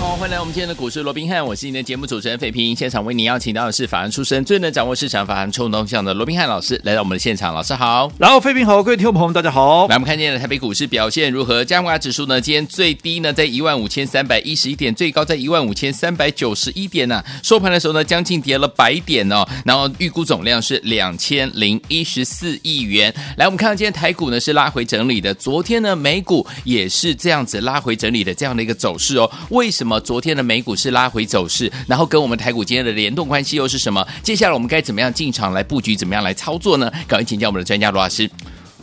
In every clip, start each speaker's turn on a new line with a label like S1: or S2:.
S1: 好，欢迎来我们今天的股市罗宾汉，我是你的节目主持人费平。现场为您邀请到的是法案出身、最能掌握市场法案冲动向的罗宾汉老师，来到我们的现场。老师好，
S2: 然后，飞平好，各位听众朋友们，大家好。
S1: 来，我们看见了台北股市表现如何？加权指数呢？今天最低呢在一万五千三百一十一点，最高在一万五千三百九十一点呢、啊收盘的时候呢，将近跌了百点哦。然后预估总量是两千零一十四亿元。来，我们看到今天台股呢是拉回整理的，昨天呢美股也是这样子拉回整理的这样的一个走势哦。为什么昨天的美股是拉回走势？然后跟我们台股今天的联动关系又是什么？接下来我们该怎么样进场来布局？怎么样来操作呢？赶快请教我们的专家罗老师。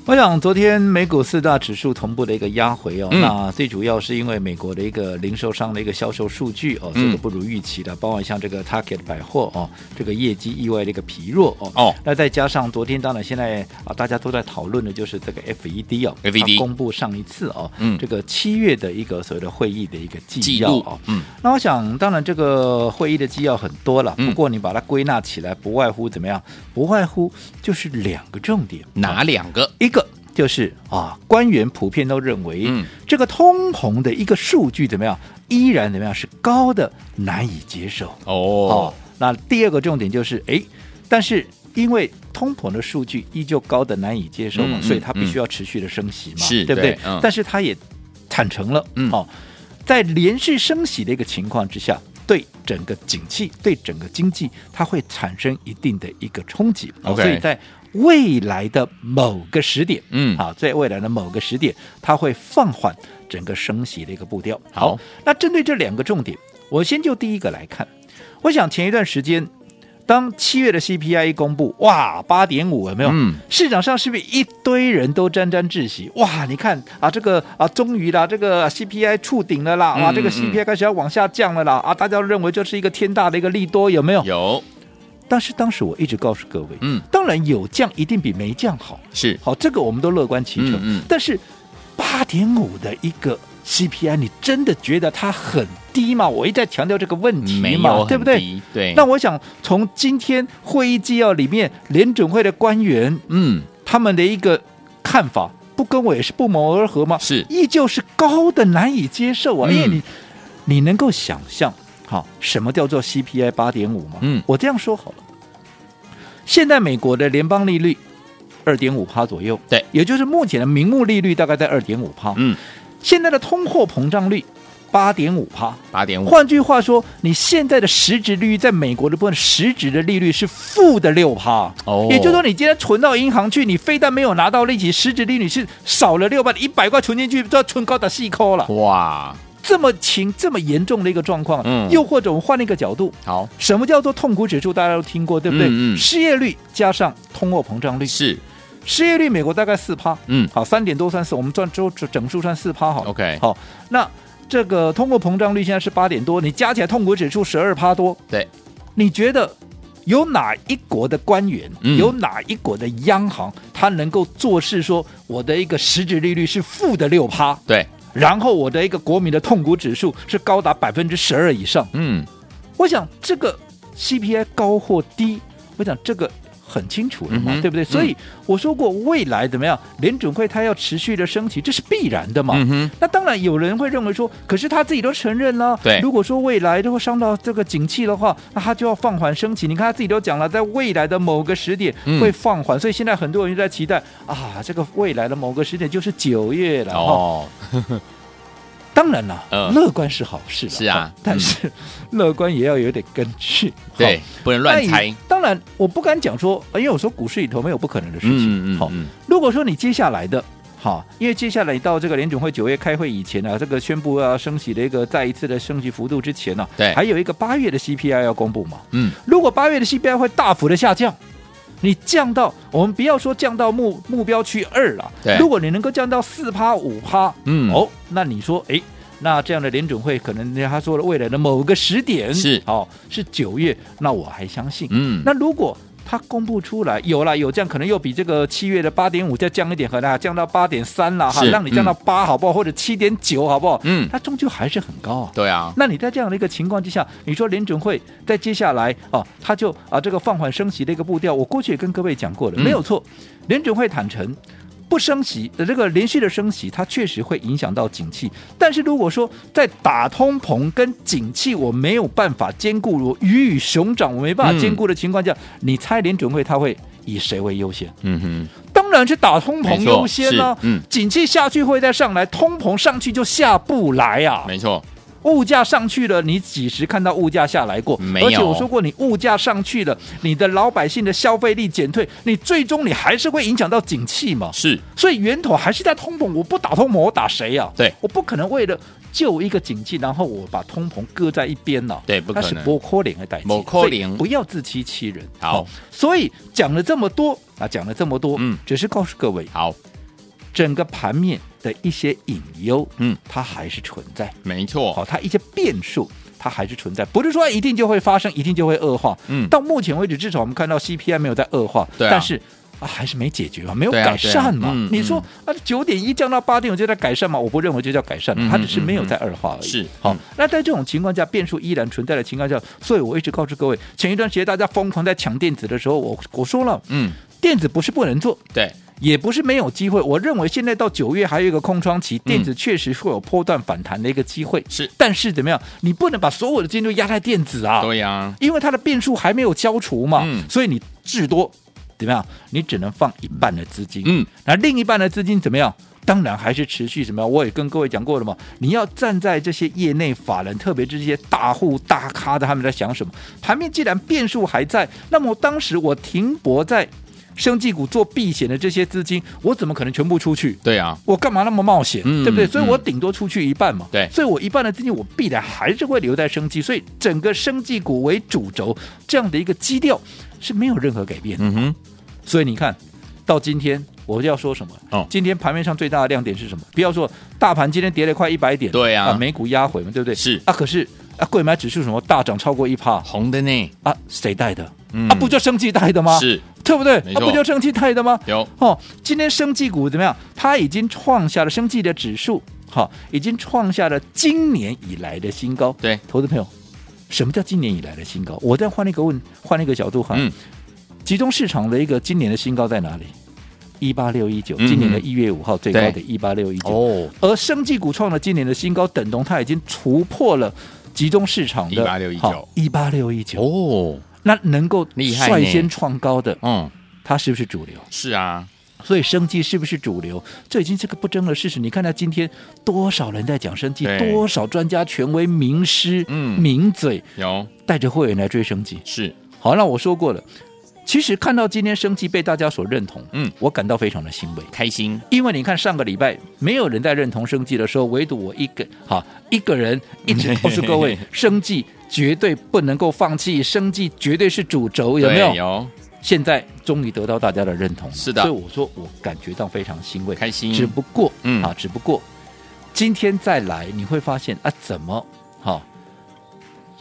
S2: 我想昨天美股四大指数同步的一个压回哦，
S1: 嗯
S2: 那最主要是因为美国的一个零售商的一个销售数据哦，
S1: 嗯
S2: 这个不如预期的，包括像这个 Target 百货哦，这个业绩意外的一个疲弱哦。
S1: 哦
S2: 那再加上昨天，当然现在啊大家都在讨论的就是这个 FED 哦
S1: FED
S2: 它公布上一次哦，
S1: E 嗯
S2: 这个七月的一个所谓的会议的一个纪
S1: 记
S2: 要
S1: 录
S2: 哦，
S1: 嗯，
S2: 那我想，当然这个会议的纪要很多了，
S1: 嗯
S2: 不过你把它归纳起来，不外乎怎么样？不外乎就是两个重点，啊
S1: 哪两个？
S2: 一个就是啊，官员普遍都认为，
S1: 嗯
S2: 这个通膨的一个数据怎么样，依然怎么样是高的，难以接受。
S1: 哦，
S2: 那第二个重点就是，哎，但是因为通膨的数据依旧高的难以接受嘛，
S1: 嗯嗯
S2: 所以它必须要持续的升息嘛，
S1: 是
S2: 对不
S1: 对嗯
S2: 但是它也坦诚了，
S1: 嗯
S2: 哦，在连续升息的一个情况之下。对整个景气，对整个经济，它会产生一定的一个冲击。哦
S1: OK
S2: 所以在未来的某个时点，
S1: 嗯
S2: 啊，在未来的某个时点，它会放缓整个升息的一个步调。
S1: 好
S2: 那针对这两个重点，我先就第一个来看。我想前一段时间，当七月的 CPI 公布，哇，八点五有没有？
S1: 嗯
S2: 市场上是不是一堆人都沾沾自喜？哇，你看啊，这个啊，终于啦，这个 CPI 触顶了啦，啊，
S1: 嗯
S2: 这个
S1: 嗯
S2: CPI 开始要往下降了啦，啊，大家认为这是一个天大的一个利多，有没有？
S1: 有，
S2: 但是当时我一直告诉各位，
S1: 嗯，
S2: 当然有降一定比没降好，
S1: 是
S2: 好，这个我们都乐观其成。
S1: 嗯嗯
S2: 但是八点五的一个 CPI，你真的觉得它很低吗？我一再强调这个问题
S1: 嗯没有
S2: 嘛，
S1: 很
S2: 对不对？
S1: 低？对，
S2: 那我想从今天会议纪要里面，联准会的官员
S1: 嗯，
S2: 他们的一个看法，不跟我也是不谋而合吗？
S1: 是
S2: 依旧是高的难以接受啊，
S1: 嗯
S2: 因为你你能够想象，好，什么叫做 CPI 八点五吗？
S1: 嗯
S2: 我这样说好了，现在美国的联邦利率二点五帕左右，
S1: 对
S2: 也就是目前的名目利率大概在二点五帕，
S1: 嗯，
S2: 现在的通货膨胀率八点五帕。
S1: 八点五，
S2: 换句话说，你现在的实质利率在美国的部分实质的利率是负的六趴，
S1: 哦
S2: 也就是说，你今天存到银行去，你非但没有拿到利息，实质利率是少了六趴，一百块存进去都要存高达四扣
S1: 哦
S2: 了，
S1: 哇，
S2: 这么轻这么严重的一个状况，
S1: 嗯
S2: 又或者我们换一个角度，
S1: 好，
S2: 什么叫做痛苦指数？大家都听过，对不对？
S1: 嗯嗯
S2: 失业率加上通货膨胀率，
S1: 是
S2: 失业率美国大概四趴，
S1: 嗯
S2: 好，三点多算四，我们算周整数算四趴好了
S1: OK
S2: 好，那这个通货膨胀率现在是八点多，你加起来痛苦指数十二趴多，
S1: 对，
S2: 你觉得有哪一国的官员，
S1: 嗯
S2: 有哪一国的央行，他能够做事说我的一个实质利率是负的六趴，
S1: 对，
S2: 然后我的一个国民的痛苦指数是高达百分之十二以上？
S1: 嗯
S2: 我想这个 CPI 高或低，我想这个很清楚了嘛，
S1: 嗯哼
S2: 对不对？
S1: 嗯
S2: 所以我说过，未来怎么样，联准会它要持续的升息，这是必然的嘛。
S1: 嗯哼，
S2: 那当然，有人会认为说，可是他自己都承认了。
S1: 对
S2: 如果说未来如果伤到这个景气的话，那他就要放缓升息。你看他自己都讲了，在未来的某个时点
S1: 嗯
S2: 会放缓，所以现在很多人就在期待啊，这个未来的某个时点就是九月了。哦，
S1: 哦，
S2: 当然了，
S1: 嗯
S2: 乐观是好事了，
S1: 是啊
S2: 哦但是、乐观也要有点根据。
S1: 对
S2: 好，，
S1: 不能乱
S2: 那
S1: 猜
S2: 以，当然，我不敢讲说，呃因为我说股市里头没有不可能的事情。好、
S1: 嗯
S2: 如果说你接下来的。好，因为接下来到这个联总会九月开会以前呢、啊这个宣布要升息的一个再一次的升息幅度之前呢、啊
S1: 对
S2: 还有一个八月的 CPI 要公布嘛。
S1: 哎嗯，
S2: 如果八月的 CPI 会大幅的下降，你降到我们不要说降到目目标区二了
S1: 对，
S2: 如果你能够降到四趴五趴，
S1: 嗯
S2: 哦，那你说，诶，那这样的联准会可能他说了未来的某个时点
S1: 是
S2: 哦是九月，那我还相信。
S1: 嗯，
S2: 那如果它公布出来有啦，有降，可能又比这个七月的八点五再降一点，可能啊降到八点三啦，哈，
S1: 是
S2: 让你降到八好不好？或者七点九好不好？
S1: 嗯
S2: 它终究还是很高啊。
S1: 对啊，
S2: 那你在这样的一个情况之下，你说联准会在接下来哦，他就啊这个放缓升息的一个步调，我过去也跟各位讲过了，
S1: 嗯
S2: 没有错，联准会坦诚。不升息的这个连续的升息，它确实会影响到景气。但是如果说在打通膨跟景气我没有办法兼顾，我鱼与熊掌我没
S1: 嗯
S2: 办法兼顾的情况下，你猜联准会它会以谁为优先？
S1: 嗯哼，
S2: 当然是打通
S1: 没
S2: 膨
S1: 错
S2: 优先啦、
S1: 是嗯
S2: 景气下去会再上来，通膨上去就下不来啊。
S1: 没错，
S2: 物价上去了，你几时看到物价下来过？
S1: 没有
S2: 而且我说过，你物价上去了，你的老百姓的消费力减退，你最终你还是会影响到景气嘛。
S1: 是
S2: 所以源头还是在通膨，我不打通膨，我打谁呀、啊？
S1: 对
S2: 我不可能为了救一个景气，然后我把通膨搁在一边了、
S1: 对不可
S2: 那
S1: 能
S2: 是不可能的代
S1: 不可能
S2: 不要自欺欺人。
S1: 好
S2: 所以讲了这么多啊，讲了这么多，
S1: 嗯
S2: 只是告诉各位，
S1: 好，
S2: 整个盘面的一些隐忧，
S1: 嗯，
S2: 它还是存在。
S1: 没错，
S2: 好、哦它一些变数它还是存在，不是说一定就会发生，一定就会恶化。
S1: 嗯
S2: 到目前为止，至少我们看到 CPI 没有在恶化，
S1: 对啊
S2: 但是。啊，还是没解决嘛，没有
S1: 对啊
S2: 改善
S1: 对
S2: 嘛？
S1: 啊嗯
S2: 你说啊，九点一降到八点，我就在改善嘛？我不认为这叫改善，
S1: 嗯
S2: 它只是没有在恶化而已。
S1: 是
S2: 好
S1: 嗯，
S2: 那在这种情况下，变数依然存在的情况下，所以我一直告诉各位，前一段时间大家疯狂在抢电子的时候，我我说了，
S1: 嗯，
S2: 电子不是不能做，
S1: 对，
S2: 也不是没有机会。我认为现在到九月还有一个空窗期，电子确实会有波段反弹的一个机会。
S1: 嗯是
S2: 但是怎么样？你不能把所有的精力都压在电子啊，
S1: 对呀，
S2: 因为它的变数还没有消除嘛，
S1: 嗯
S2: 所以你至多怎么样？你只能放一半的资金，
S1: 嗯，
S2: 那另一半的资金怎么样？当然还是持续怎么样？我也跟各位讲过了嘛，你要站在这些业内法人，特别是这些大户大咖的，他们在想什么？盘面既然变数还在，那么当时我停泊在生技股做避险的这些资金，我怎么可能全部出去？
S1: 对啊呀，
S2: 我干嘛那么冒险，
S1: 嗯
S2: 对不对？
S1: 嗯
S2: 所以我顶多出去一半嘛。
S1: 对
S2: 所以我一半的资金我必然还是会留在生计，所以整个生计股为主轴这样的一个基调是没有任何改变的。
S1: 嗯哼，
S2: 所以你看到今天。我要说什么？
S1: 哦
S2: 今天盘面上最大的亮点是什么？不要说大盘今天跌了快一百点，
S1: 对啊
S2: 美股压回嘛，对不对？
S1: 是
S2: 啊，可是啊，贵买指数什么大涨超过一趴
S1: 红的呢，
S2: 啊，谁带的？
S1: 嗯
S2: 啊，不就生计带的吗？，
S1: 是
S2: 对不对？
S1: 没
S2: 啊，
S1: 错
S2: 不就生计带的吗？
S1: 有，
S2: 哦，今天生技股怎么样？它已经创下了生技的指数，好、已经创下了今年以来的新高。
S1: 对，
S2: 投资朋友，什么叫今年以来的新高？我再换一个问，换一个角度哈，
S1: 嗯，
S2: 集中市场的一个今年的新高在哪里？一八六一九，
S1: 嗯
S2: 今年的一月五号最高的
S1: 对
S2: 一八六一九，
S1: 哦，
S2: 而生技股创了今年的新高，等同它已经突破了集中市场的
S1: 18619
S2: 一八六一九，
S1: 哦，
S2: 那能够
S1: 厉害呢
S2: 率先创高的，
S1: 嗯，
S2: 它是不是主流？
S1: 是啊，
S2: 所以生计是不是主流？这已经是个不争的事实。你看到今天多少人在讲生计
S1: 对，
S2: 多少专家、权威、名师、
S1: 嗯
S2: 名嘴
S1: 有，
S2: 带着会员来追生计。
S1: 是，
S2: 好，那我说过了，其实看到今天生计被大家所认同，
S1: 嗯，
S2: 我感到非常的欣慰。
S1: 开心，
S2: 因为你看上个礼拜没有人在认同生计的时候，唯独我一个好一个人一直告诉 各位，生计绝对不能够放弃，生计绝对是主轴，有没有
S1: 对？有，
S2: 现在终于得到大家的认同了，
S1: 是的
S2: 所以我说我感觉到非常欣慰，
S1: 开心
S2: 只不过，
S1: 嗯
S2: 啊，只不过今天再来，你会发现啊，怎么哈、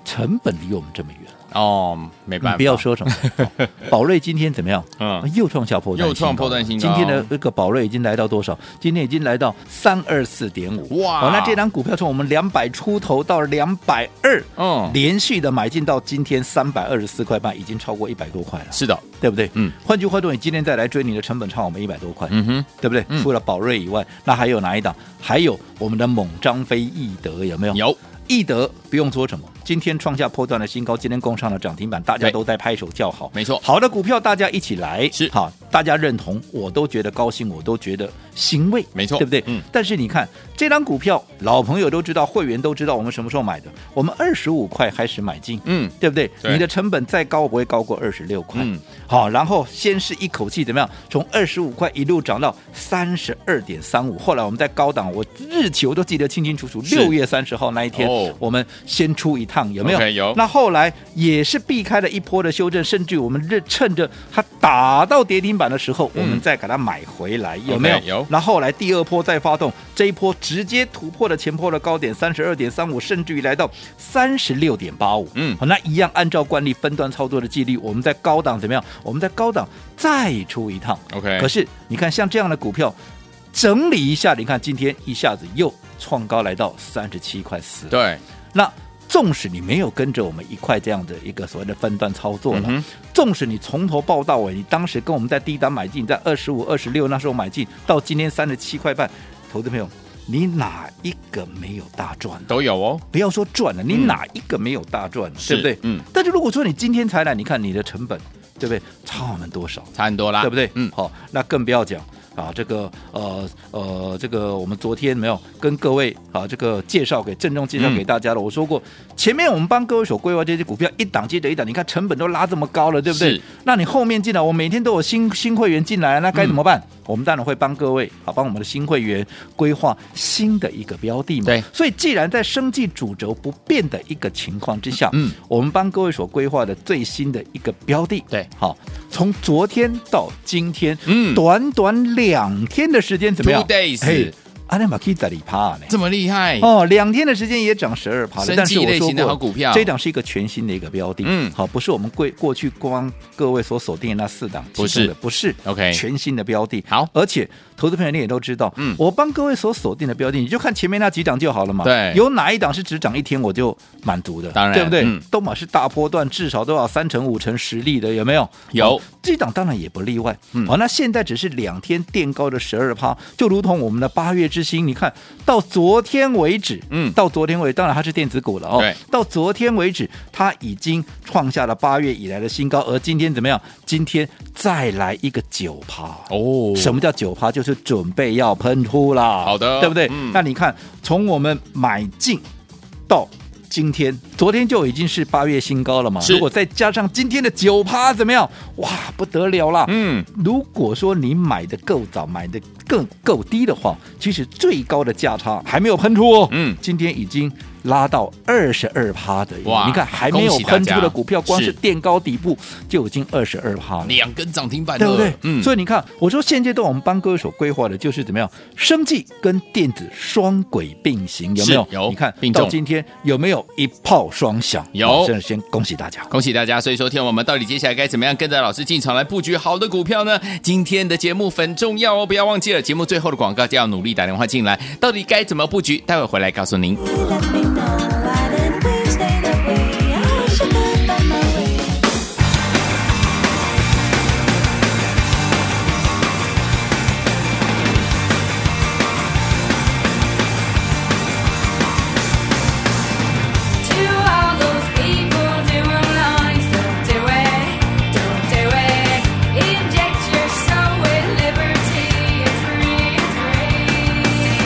S2: 成本离我们这么远了？
S1: 哦，没办
S2: 你
S1: 法，
S2: 不要，说 什么，哦宝瑞今天怎么样？
S1: 嗯，
S2: 又创下破断新高了，
S1: 又创破断新高
S2: 今天的那个宝瑞已经来到多少？今天已经来到三二四点五。
S1: 哇
S2: 哦好，那这张股票从我们两百出头到两百二，
S1: 嗯，
S2: 连续的买进到今天三百二十四块半，已经超过一百多块了。
S1: 是的，
S2: 对不对？
S1: 嗯，
S2: 换句话说，你今天再来追你的成本差我们一百多块，
S1: 嗯哼，
S2: 对不对？
S1: 嗯
S2: 除了宝瑞以外，那还有哪一档？还有我们的猛张飞、易德有没有？
S1: 有，
S2: 易德不用说什么，今天创下破断的新高，今天攻上了涨停板，大家
S1: 对
S2: 都在拍手叫好。
S1: 没错，
S2: 好的股票，大家一起来，
S1: 是
S2: 好，大家认同，我都觉得高兴，我都觉得欣慰，
S1: 没错
S2: 对不对？
S1: 嗯。
S2: 但是你看这张股票，老朋友都知道，会员都知道，我们什么时候买的？我们二十五块开始买进，
S1: 嗯，
S2: 对不对？
S1: 对
S2: 你的成本再高不会高过二十六块。
S1: 嗯，
S2: 好，然后先是一口气怎么样？从二十五块一路涨到三十二点三五。后来我们在高档，我日期我都记得清清楚楚。
S1: 是
S2: 六月三十号那一天，
S1: 哦
S2: 我们先出一趟，有没有
S1: OK，有
S2: 那后来也是避开了一波的修正，甚至我们日趁着它打到跌停板的时候，我们再给它买回来，有没有？
S1: 嗯 OK，有
S2: 那后来第二波再发动，这一波直接突破了前波的高点三十二点三五，甚至于来到三十六点八五。
S1: 嗯
S2: 好，那一样按照惯例分段操作的纪律，我们在高档怎么样？我们在高档再出一趟。
S1: OK，
S2: 可是你看，像这样的股票，整理一下，你看今天一下子又创高来到三十七块四。
S1: 对，
S2: 那纵使你没有跟着我们一块这样的一个所谓的分段操作了，
S1: 嗯哼
S2: 纵使你从头报到尾，你当时跟我们在低档买进，你在二十五、二十六那时候买进，到今天三十七块半，投资朋友，你哪一个没有大赚呢？
S1: 都有哦，
S2: 不要说赚了，你
S1: 嗯
S2: 哪一个没有大赚呢？
S1: 是
S2: 对不对？
S1: 嗯。
S2: 但是如果说你今天才来，你看你的成本，对不对？差我们多少？
S1: 差很多啦，
S2: 对不对？
S1: 嗯，
S2: 好、那更不要讲啊，这个呃呃，这个我们昨天没有跟各位啊，这个介绍给郑重介绍
S1: 嗯
S2: 给大家了。我说过，前面我们帮各位所规划这些股票一档接着一档，你看成本都拉这么高了，对不对
S1: 是？
S2: 那你后面进来，我每天都有新新会员进来，那
S1: 嗯
S2: 该怎么办？我们当然会帮各位啊，帮我们的新会员规划新的一个标的嘛。
S1: 对
S2: 所以既然在生计主轴不变的一个情况之下，
S1: 嗯，
S2: 我们帮各位所规划的最新的一个标的，
S1: 对
S2: 好，从昨天到今天，
S1: 嗯
S2: 短短两天的时间怎么样
S1: Two days
S2: 嘿，阿内马基在里趴呢。
S1: 这么厉害，
S2: 哦，两天的时间也涨十二趴了
S1: 生，
S2: 但
S1: 技
S2: 是我
S1: 类
S2: 说
S1: 型的
S2: 过
S1: 好股票
S2: 这档是一个全新的一个标的，
S1: 嗯
S2: 好，不是我们过过去光各位所锁定的那四档其中
S1: 不是
S2: 的，不是
S1: OK
S2: 全新的标的，
S1: 好
S2: 而且投资朋友你也都知道，
S1: 嗯
S2: 我帮各位所锁定的标的，你就看前面那几档就好了嘛，
S1: 对
S2: 有哪一档是只涨一天我就满足的，
S1: 当然
S2: 对不对？
S1: 嗯
S2: 都嘛是大波段，至少都要三成五成实力的，有没有？
S1: 有
S2: 好，这档当然也不例外，
S1: 嗯
S2: 好，那现在只是两天垫高的十二趴，就如同我们的八月之星，你看到昨天为止，
S1: 嗯
S2: 到昨天为止，当然它是电子股了哦
S1: 对，
S2: 到昨天为止，它已经创下了八月以来的新高，而今天怎么样？今天再来一个九趴
S1: 哦
S2: 什么叫九趴？就是准备要喷出啦。
S1: 好的
S2: 对不对？
S1: 嗯
S2: 那你看，从我们买进到今天，昨天就已经是八月新高了嘛。
S1: 是
S2: 如果再加上今天的九趴，怎么样？哇，不得了啦！
S1: 嗯，
S2: 如果说你买的够早，买的更够低的话，其实最高的价差还没有喷出哦。
S1: 嗯
S2: 今天已经拉到二十二趴的，
S1: 哇
S2: 你看还没有
S1: 恭喜大
S2: 喷
S1: 家
S2: 出的股票，光
S1: 是
S2: 是垫高底部就已经二十二趴了。
S1: 两根涨停板了，
S2: 对不对？
S1: 嗯，
S2: 所
S1: 以
S2: 以你看，我说现阶段我们帮各位所规划的就是怎么样，生技跟电子双轨并行，有没有
S1: 是？有
S2: 你看
S1: 并
S2: 到
S1: 重嗯
S2: 今天有没有一炮双响？
S1: 有
S2: 好真的先恭喜大家。
S1: 恭喜大家。所以说，天我们到底接下来该怎么样跟着老师进场来布局好的股票呢？今天的节目很重要哦，不要忘记了节目最后的广告就要努力打电话进来，到底该怎么布局？待会回来告诉您。
S3: Let me know. I didn't please stay that way. I should have found my way.
S4: To all those people doing lines, don't do it, don't do it. Inject your soul with liberty and free, free.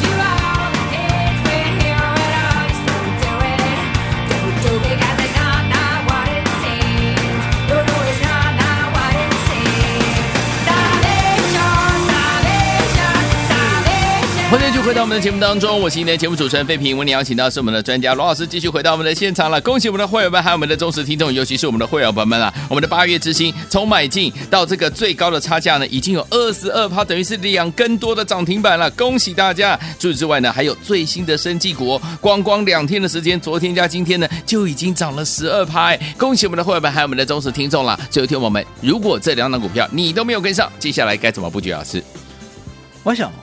S4: To all the kids with heroin eyes, don't do it, don't do it. Because it's not not what it seems. No, no, it's not not what it seems. Salvation, salvation, salvation.
S1: 欢迎继续回到我们的节目当中，我是今天的节目主持人费平。为您邀请到是我们的专家罗老师，继续回到我们的现场了。恭喜我们的会员们，还有我们的忠实听众，尤其是我们的会员朋友们啊！我们的八月之星从买进到这个最高的差价呢，已经有二十二趴，等于是两根多的涨停板了。恭喜大家！除此之外呢，还有最新的生技股、哦，光光两天的时间，昨天加今天呢，就已经涨了十二趴。哎恭喜我们的会员们，还有我们的忠实听众啦！最后听我们，如果这两档股票你都没有跟上，接下来该怎么布局？老啊师，
S2: 我想哦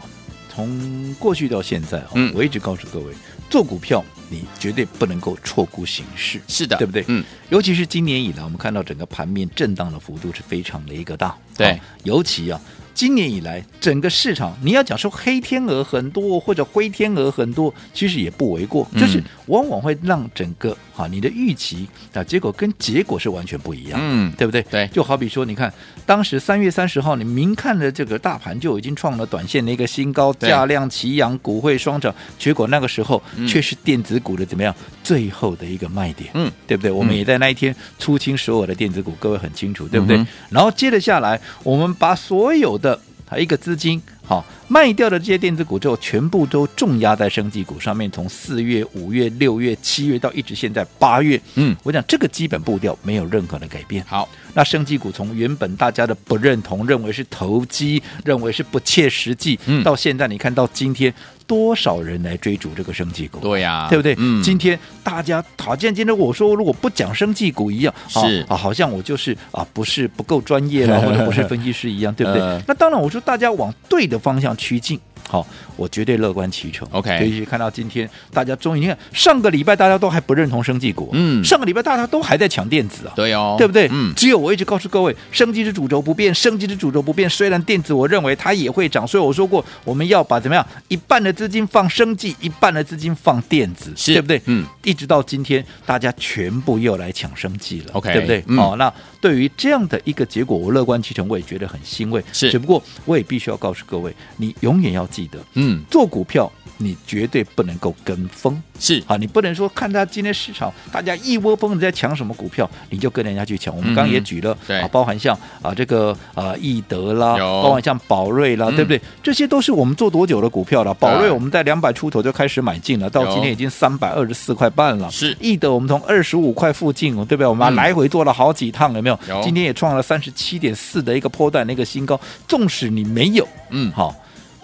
S2: 从过去到现在哦
S1: 嗯
S2: 我一直告诉各位，做股票你绝对不能够错估形势，
S1: 是的
S2: 对不对？
S1: 嗯，
S2: 尤其是今年以来，我们看到整个盘面震荡的幅度是非常的一个大，
S1: 对
S2: 啊尤其啊。今年以来，整个市场你要讲说黑天鹅很多或者灰天鹅很多，其实也不为过，
S1: 嗯
S2: 就是往往会让整个啊你的预期啊结果跟结果是完全不一样的。
S1: 嗯，
S2: 对不对？
S1: 对
S2: 就好比说，你看当时三月三十号，你明看着这个大盘就已经创了短线的一个新高，
S1: 对
S2: 价量齐扬，股汇双涨，结果那个时候、却是电子股的怎么样最后的一个卖点，
S1: 嗯，
S2: 对不对？我们也在那一天出清所有的电子股，各位很清楚，对不对？
S1: 嗯哼
S2: 然后接着下来，我们把所有的啊一个资金好，卖掉的这些电子股之后，全部都重压在生技股上面，从四月、五月、六月、七月到一直现在八月，
S1: 嗯，
S2: 我讲这个基本步调没有任何的改变。
S1: 好，
S2: 那生技股从原本大家的不认同，认为是投机，认为是不切实际，
S1: 嗯
S2: 到现在你看到今天多少人来追逐这个生技股？
S1: 对呀，
S2: 对不对？
S1: 嗯，
S2: 今天大家好像今天我说如果不讲生技股一样，啊
S1: 是
S2: 啊，好像我就是啊不是不够专业 了，或者不是分析师一样，对不对？
S1: 嗯
S2: 那当然，我说大家往对的方向趋近。好，我绝对乐观其成。
S1: OK
S2: 尤其看到今天，大家终于你看，上个礼拜大家都还不认同生技股，
S1: 嗯
S2: 上个礼拜大家都还在抢电子啊，
S1: 对哦，
S2: 对不对？
S1: 嗯，
S2: 只有我一直告诉各位，升级是主轴不变，升级是主轴不变。虽然电子我认为它也会涨，所以我说过，我们要把怎么样一半的资金放升级，一半的资金放电子，
S1: 是
S2: 对不对？
S1: 嗯，
S2: 一直到今天，大家全部又来抢升级了
S1: OK，
S2: 对不对？
S1: 嗯
S2: 哦，那对于这样的一个结果，我乐观其成，我也觉得很欣慰。
S1: 是
S2: 只不过我也必须要告诉各位，你永远要记得，
S1: 嗯，
S2: 做股票你绝对不能够跟风。
S1: 是，
S2: 啊好，你不能说看他今天市场，大家一窝蜂的在抢什么股票，你就跟人家去抢。我们刚刚也举了，
S1: 嗯对
S2: 啊，包含像啊这个啊易德啦，
S1: 有
S2: 包含像宝瑞啦，
S1: 嗯
S2: 对不对？这些都是我们做多久的股票了？宝瑞
S1: 对
S2: 我们在两百出头就开始买进了，到
S1: 有
S2: 今天已经三百二十四块半了。
S1: 是
S2: 易德我们从二十五块附近，对不对？我们
S1: 嗯
S2: 来回做了好几趟，有没有？
S1: 有
S2: 今天也创了三十七点四的一个波段的一个新高。纵使你没有，
S1: 嗯，
S2: 好。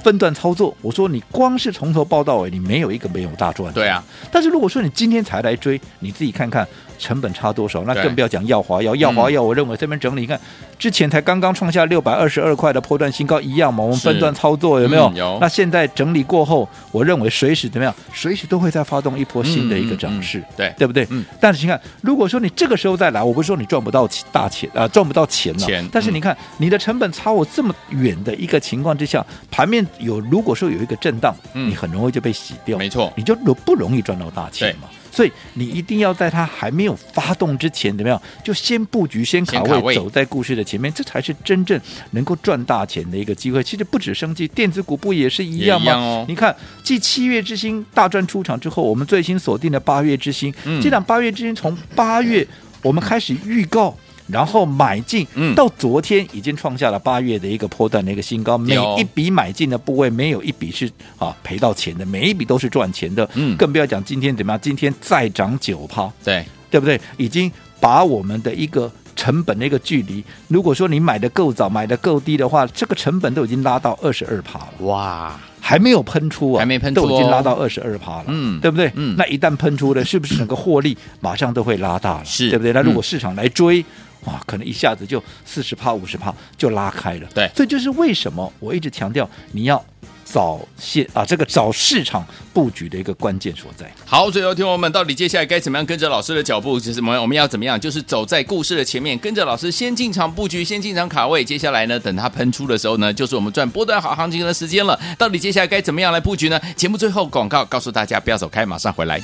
S2: 分段操作，我说你光是从头报到尾，你没有一个没有大赚的。
S1: 对啊，
S2: 但是如果说你今天才来追，你自己看看成本差多少，那
S1: 对嗯
S2: 更不要讲耀华耀，耀华耀，我认为这边整理，你看之前才刚刚创下六百二十二块的破段新高一样嘛，我们
S1: 是
S2: 分段操作有没有？
S1: 嗯有
S2: 那现在整理过后，我认为随时怎么样，随时都会再发动一波新的一个涨势，
S1: 嗯嗯嗯对
S2: 对不对？
S1: 嗯
S2: 但是你看，如果说你这个时候再来，我不是说你赚不到钱大钱啊、赚不到钱了，
S1: 钱
S2: 但是
S1: 嗯
S2: 你看你的成本差我这么远的一个情况之下，盘面有如果说有一个震荡，
S1: 嗯
S2: 你很容易就被洗掉，
S1: 没错
S2: 你就不容易赚到大钱嘛。所以你一定要在它还没有发动之前，怎么样？就先布局，先卡
S1: 先卡
S2: 位，
S1: 位
S2: 走在故事的前面，这才是真正能够赚大钱的一个机会。其实不止生计，电子股不也是一样吗？
S1: 也一样哦
S2: 你看，继七月之星大赚出场之后，我们最新锁定的八月之星，
S1: 嗯
S2: 这档八月之星从八月我们开始预告。然后买进，
S1: 嗯
S2: 到昨天已经创下了八月的一个波段的一个新高，每
S1: 有
S2: 一笔买进的部位没有一笔是啊赔到钱的，每一笔都是赚钱的，
S1: 嗯
S2: 更不要讲今天怎么样，今天再涨九趴，
S1: 对，
S2: 对不对？已经把我们的一个成本的一个距离，如果说你买的够早，买的够低的话，这个成本都已经拉到二十二趴了，
S1: 哇，
S2: 还没有喷出啊，
S1: 还没喷出哦
S2: 都已经拉到二十二趴了，
S1: 嗯
S2: 对不对？
S1: 嗯
S2: 那一旦喷出了，是不是整个获利马上都会拉大了？
S1: 是
S2: 对不对？那
S1: 嗯
S2: 如果市场来追。哇，可能一下子就四十趴、五十趴就拉开了。
S1: 对
S2: 这就是为什么我一直强调你要早现啊，这个早市场布局的一个关键所在。
S1: 好，所以有听众朋友们，到底接下来该怎么样跟着老师的脚步？就是我们我们要怎么样？就是走在故事的前面，跟着老师先进场布局，先进场卡位。接下来呢，等它喷出的时候呢，就是我们赚波段好行情的时间了。到底接下来该怎么样来布局呢？节目最后广告告诉大家，不要走开，马上回来。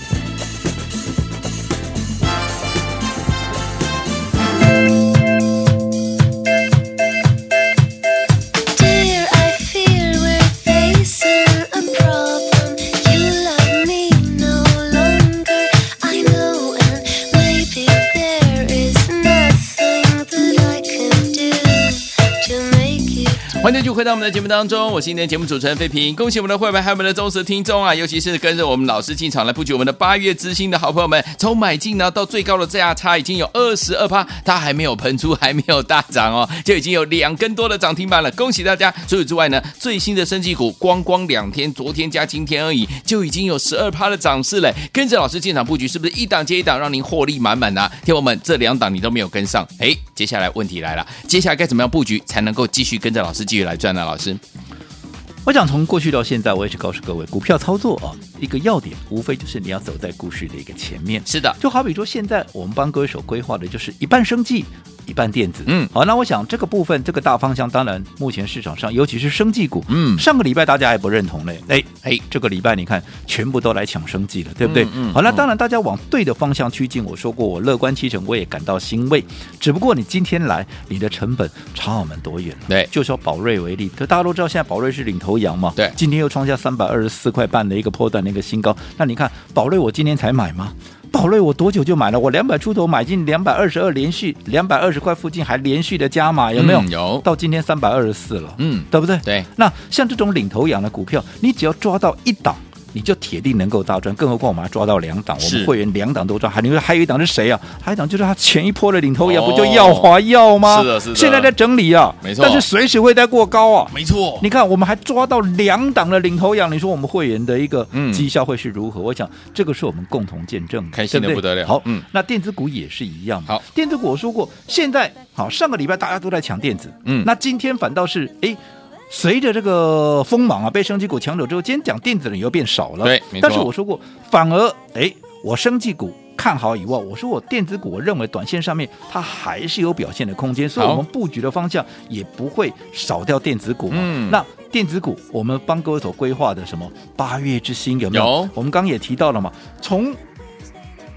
S3: Dear, I fear we're facing a problem. You love me no longer, I know, and maybe there is nothing that I can do to make you.
S1: 欢迎继续回到我们的节目当中，我是今天节目主持人费平。恭喜我们的会员还有我们的忠实听众啊，尤其是跟着我们老师进场来布局我们的八月之星的好朋友们，从买进呢到最高的价差已经有二十二趴，它还没有喷出，还没有大涨哦，就已经有两根多的涨停板了，恭喜大家！除此之外呢，最新的升级股光光两天，昨天加今天而已，就已经有十二趴的涨势了。跟着老师进场布局，是不是一档接一档让您获利满满啊？听我们这两档你都没有跟上，哎，接下来问题来了，接下来该怎么样布局才能够继续跟着老师继续来赚呢？老师，
S2: 我想从过去到现在，我也是告诉各位，股票操作啊，一个要点无非就是你要走在故事的一个前面。
S1: 是的，
S2: 就好比说，现在我们帮各位所规划的就是一半生计，一半电子。
S1: 嗯
S2: 好，那我想这个部分，这个大方向，当然目前市场上，尤其是生计股，
S1: 嗯
S2: 上个礼拜大家还不认同嘞，哎
S1: 哎
S2: 这个礼拜你看全部都来抢生计了，对不对？
S1: 嗯嗯
S2: 好，那
S1: 嗯
S2: 当然大家往对的方向趋近。我说过，我乐观其成，我也感到欣慰。只不过你今天来，你的成本差我们多远了？
S1: 对
S2: 就说宝瑞为例，可大家都知道现在宝瑞是领头羊嘛，
S1: 对
S2: 今天又创下三百二十四块半的一个波段的一个新高。那你看宝瑞，我今天才买吗？宝瑞我多久就买了？我两百出头买进两百二十二，连续两百二十块附近还连续的加码，有没有？
S1: 嗯有
S2: 到今天三百二十四了，
S1: 嗯
S2: 对不对？
S1: 对
S2: 那像这种领头羊的股票，你只要抓到一档。你就铁定能够大赚，更何况我们还抓到两档，我
S1: 是
S2: 们会员两档都赚，还你说还有一档是谁啊？还有一档就是他前一波的领头羊，
S1: 哦
S2: 不就耀华耀吗？
S1: 是的是的
S2: 现在在整理啊，
S1: 没错
S2: 但是随时会再过高啊。
S1: 没错，
S2: 你看，我们还抓到两档的领头羊，你说我们会员的一个
S1: 嗯
S2: 绩效会是如何？我想这个是我们共同见证的，
S1: 开心得
S2: 对对
S1: 不得了
S2: 好，
S1: 嗯
S2: 嗯，那电子股也是一样嘛。
S1: 好，
S2: 电子股我说过，现在好，上个礼拜大家都在抢电子，
S1: 嗯
S2: 那今天反倒是哎。随着这个锋芒啊被升级股抢走之后，今天讲电子的人又变少了。
S1: 对没错
S2: 但是我说过，反而哎，我升级股看好以外，我说我电子股，我认为短线上面它还是有表现的空间，所以
S1: 好
S2: 我们布局的方向也不会少掉电子股嘛。
S1: 嗯
S2: 那电子股，我们帮各位所规划的什么八月之星有没有？
S1: 有
S2: 我们刚刚也提到了嘛，从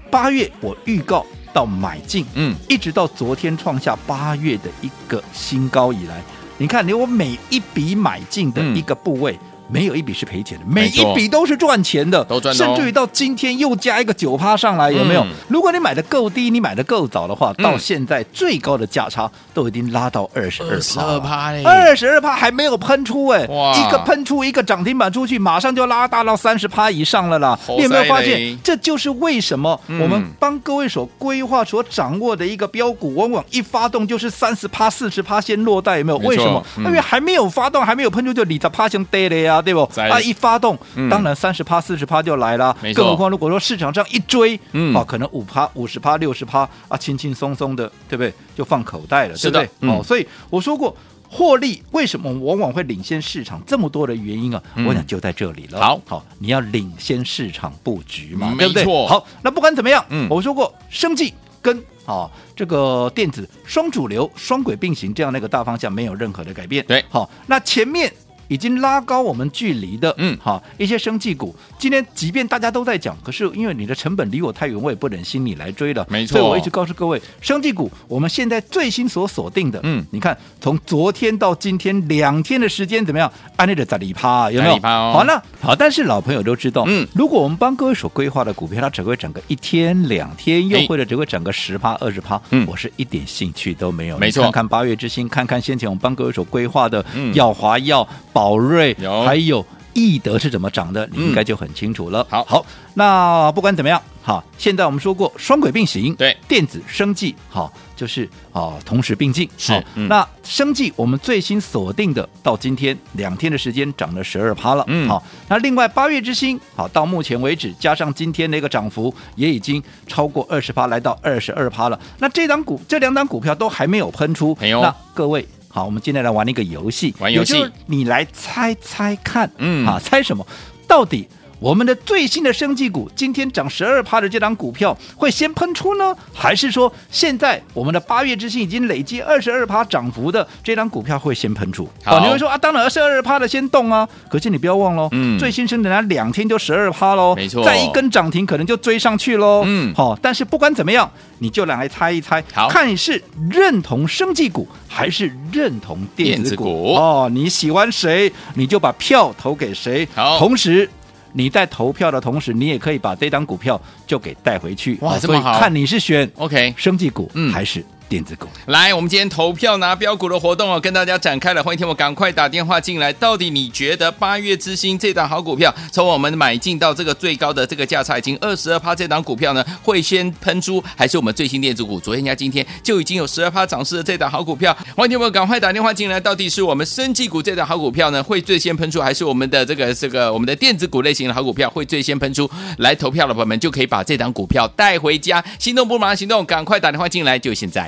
S2: 八月我预告到买进，
S1: 嗯，
S2: 一直到昨天创下八月的一个新高以来，你看，连我每一笔买进的
S1: 嗯
S2: 一个部位。没有一笔是赔钱的，每
S1: 没
S2: 一
S1: 错
S2: 笔都是赚钱的，
S1: 都赚的哦
S2: 甚至于到今天又加一个九趴上来，有没有？
S1: 嗯
S2: 如果你买的够低，你买的够早的话，
S1: 嗯
S2: 到现在最高的价差都已经拉到哎二十二趴了，
S1: 趴嘞
S2: 二十二趴还没有喷出哎、
S1: 哎哇
S2: 一个喷出一个涨停板出去，马上就拉大到三十趴以上了啦。
S1: 好
S2: 你有没有发
S1: 塞嘞
S2: 现？这就是为什么
S1: 嗯
S2: 我们帮各位所规划、所掌握的一个标股，往往一发动就是三十趴、四十趴先落袋，有没有？
S1: 没错
S2: 为什么？
S1: 嗯
S2: 因为还没有发动，还没有喷出就你的趴先跌了呀，对不？
S1: 塞
S2: 啊，一发动
S1: 嗯，
S2: 当然三十趴、四十趴就来了
S1: 没。错
S2: 更何况如果说市场上一追，
S1: 嗯
S2: 啊，可能五趴、五十趴、六十趴啊，轻轻松松的，对不对？就放口袋了，
S1: 是
S2: 对
S1: 的
S2: 不
S1: 嗯
S2: 对？哦，所以我说过。获利为什么往往会领先市场这么多的原因啊？
S1: 嗯
S2: 我想就在这里了。
S1: 好
S2: 好，你要领先市场布局嘛
S1: 没，
S2: 对不对？
S1: 错
S2: 好，那不管怎么样，
S1: 嗯
S2: 我说过，生计跟啊这个电子双主流、双轨并行这样的一个大方向没有任何的改变。
S1: 对
S2: 好，那前面。已经拉高我们距离的，
S1: 嗯
S2: 好一些生技股，今天即便大家都在讲，可是因为你的成本离我太远，我也不忍心你来追了，
S1: 没错
S2: 所以我一直告诉各位，生技股我们现在最新所锁定的，
S1: 嗯
S2: 你看从昨天到今天两天的时间怎么样？安利的在里趴有没有？
S1: 10%哦
S2: 好，那好，但是老朋友都知道，
S1: 嗯
S2: 如果我们帮各位所规划的股票，它只会涨个一天两天，又
S1: 哎
S2: 或者只会涨个十趴二十趴，
S1: 嗯
S2: 我是一点兴趣都没有。
S1: 没
S2: 你
S1: 错
S2: 看看八月之星，看看先前我们帮各位所规划的
S1: 嗯
S2: 耀华耀、宝瑞，
S1: 有
S2: 还有易德是怎么涨的，你
S1: 嗯
S2: 应该就很清楚了。
S1: 好
S2: 好，那不管怎么样，好，现在我们说过双轨并行，
S1: 对
S2: 电子生技，好，就是啊、同时并进。
S1: 是
S2: 好
S1: 嗯
S2: 那生技我们最新锁定的，到今天两天的时间涨了十二趴了。
S1: 嗯
S2: 好，那另外八月之星，好，到目前为止加上今天的一个涨幅，也已经超过二十趴，来到二十二趴了。那这档股这两档股票都还没有喷出，
S1: 没有
S2: 那各位。好，我们今天来玩一个游戏，
S1: 哎玩游戏
S2: 也就是你来猜猜看，
S1: 嗯
S2: 啊，猜什么？到底我们的最新的生技股今天涨十二趴的这档股票会先喷出呢，还是说现在我们的八月之星已经累积二十二趴涨幅的这档股票会先喷出？
S1: 好
S2: 哦你会说啊，当然是二趴的先动啊，可是你不要忘喽，
S1: 嗯
S2: 最新生的那两天就十二趴喽，
S1: 没错
S2: 再一根涨停可能就追上去喽，
S1: 嗯
S2: 好、但是不管怎么样，你就来猜一猜，
S1: 好
S2: 看你是认同生技股还是认同电子股
S1: 电子股
S2: 哦，你喜欢谁，你就把票投给谁。
S1: 好
S2: 同时你在投票的同时，你也可以把这档股票就给带回去。
S1: 哇
S2: 哦
S1: 这么好
S2: 所以看你是选
S1: OK
S2: 生技股
S1: 嗯
S2: 还是电子股。
S1: 来，我们今天投票拿标股的活动哦，跟大家展开了，欢迎听我赶快打电话进来。到底你觉得八月之星这档好股票，从我们买进到这个最高的这个价差已经二十二趴，这档股票呢会先喷出，还是我们最新电子股？昨天加今天就已经有十二趴涨势的这档好股票，欢迎听我赶快打电话进来。到底是我们生技股这档好股票呢会最先喷出，还是我们的这个这个我们的电子股类型的好股票会最先喷出？来投票的朋友们就可以把这档股票带回家，心动不马上行动，赶快打电话进来，就现在。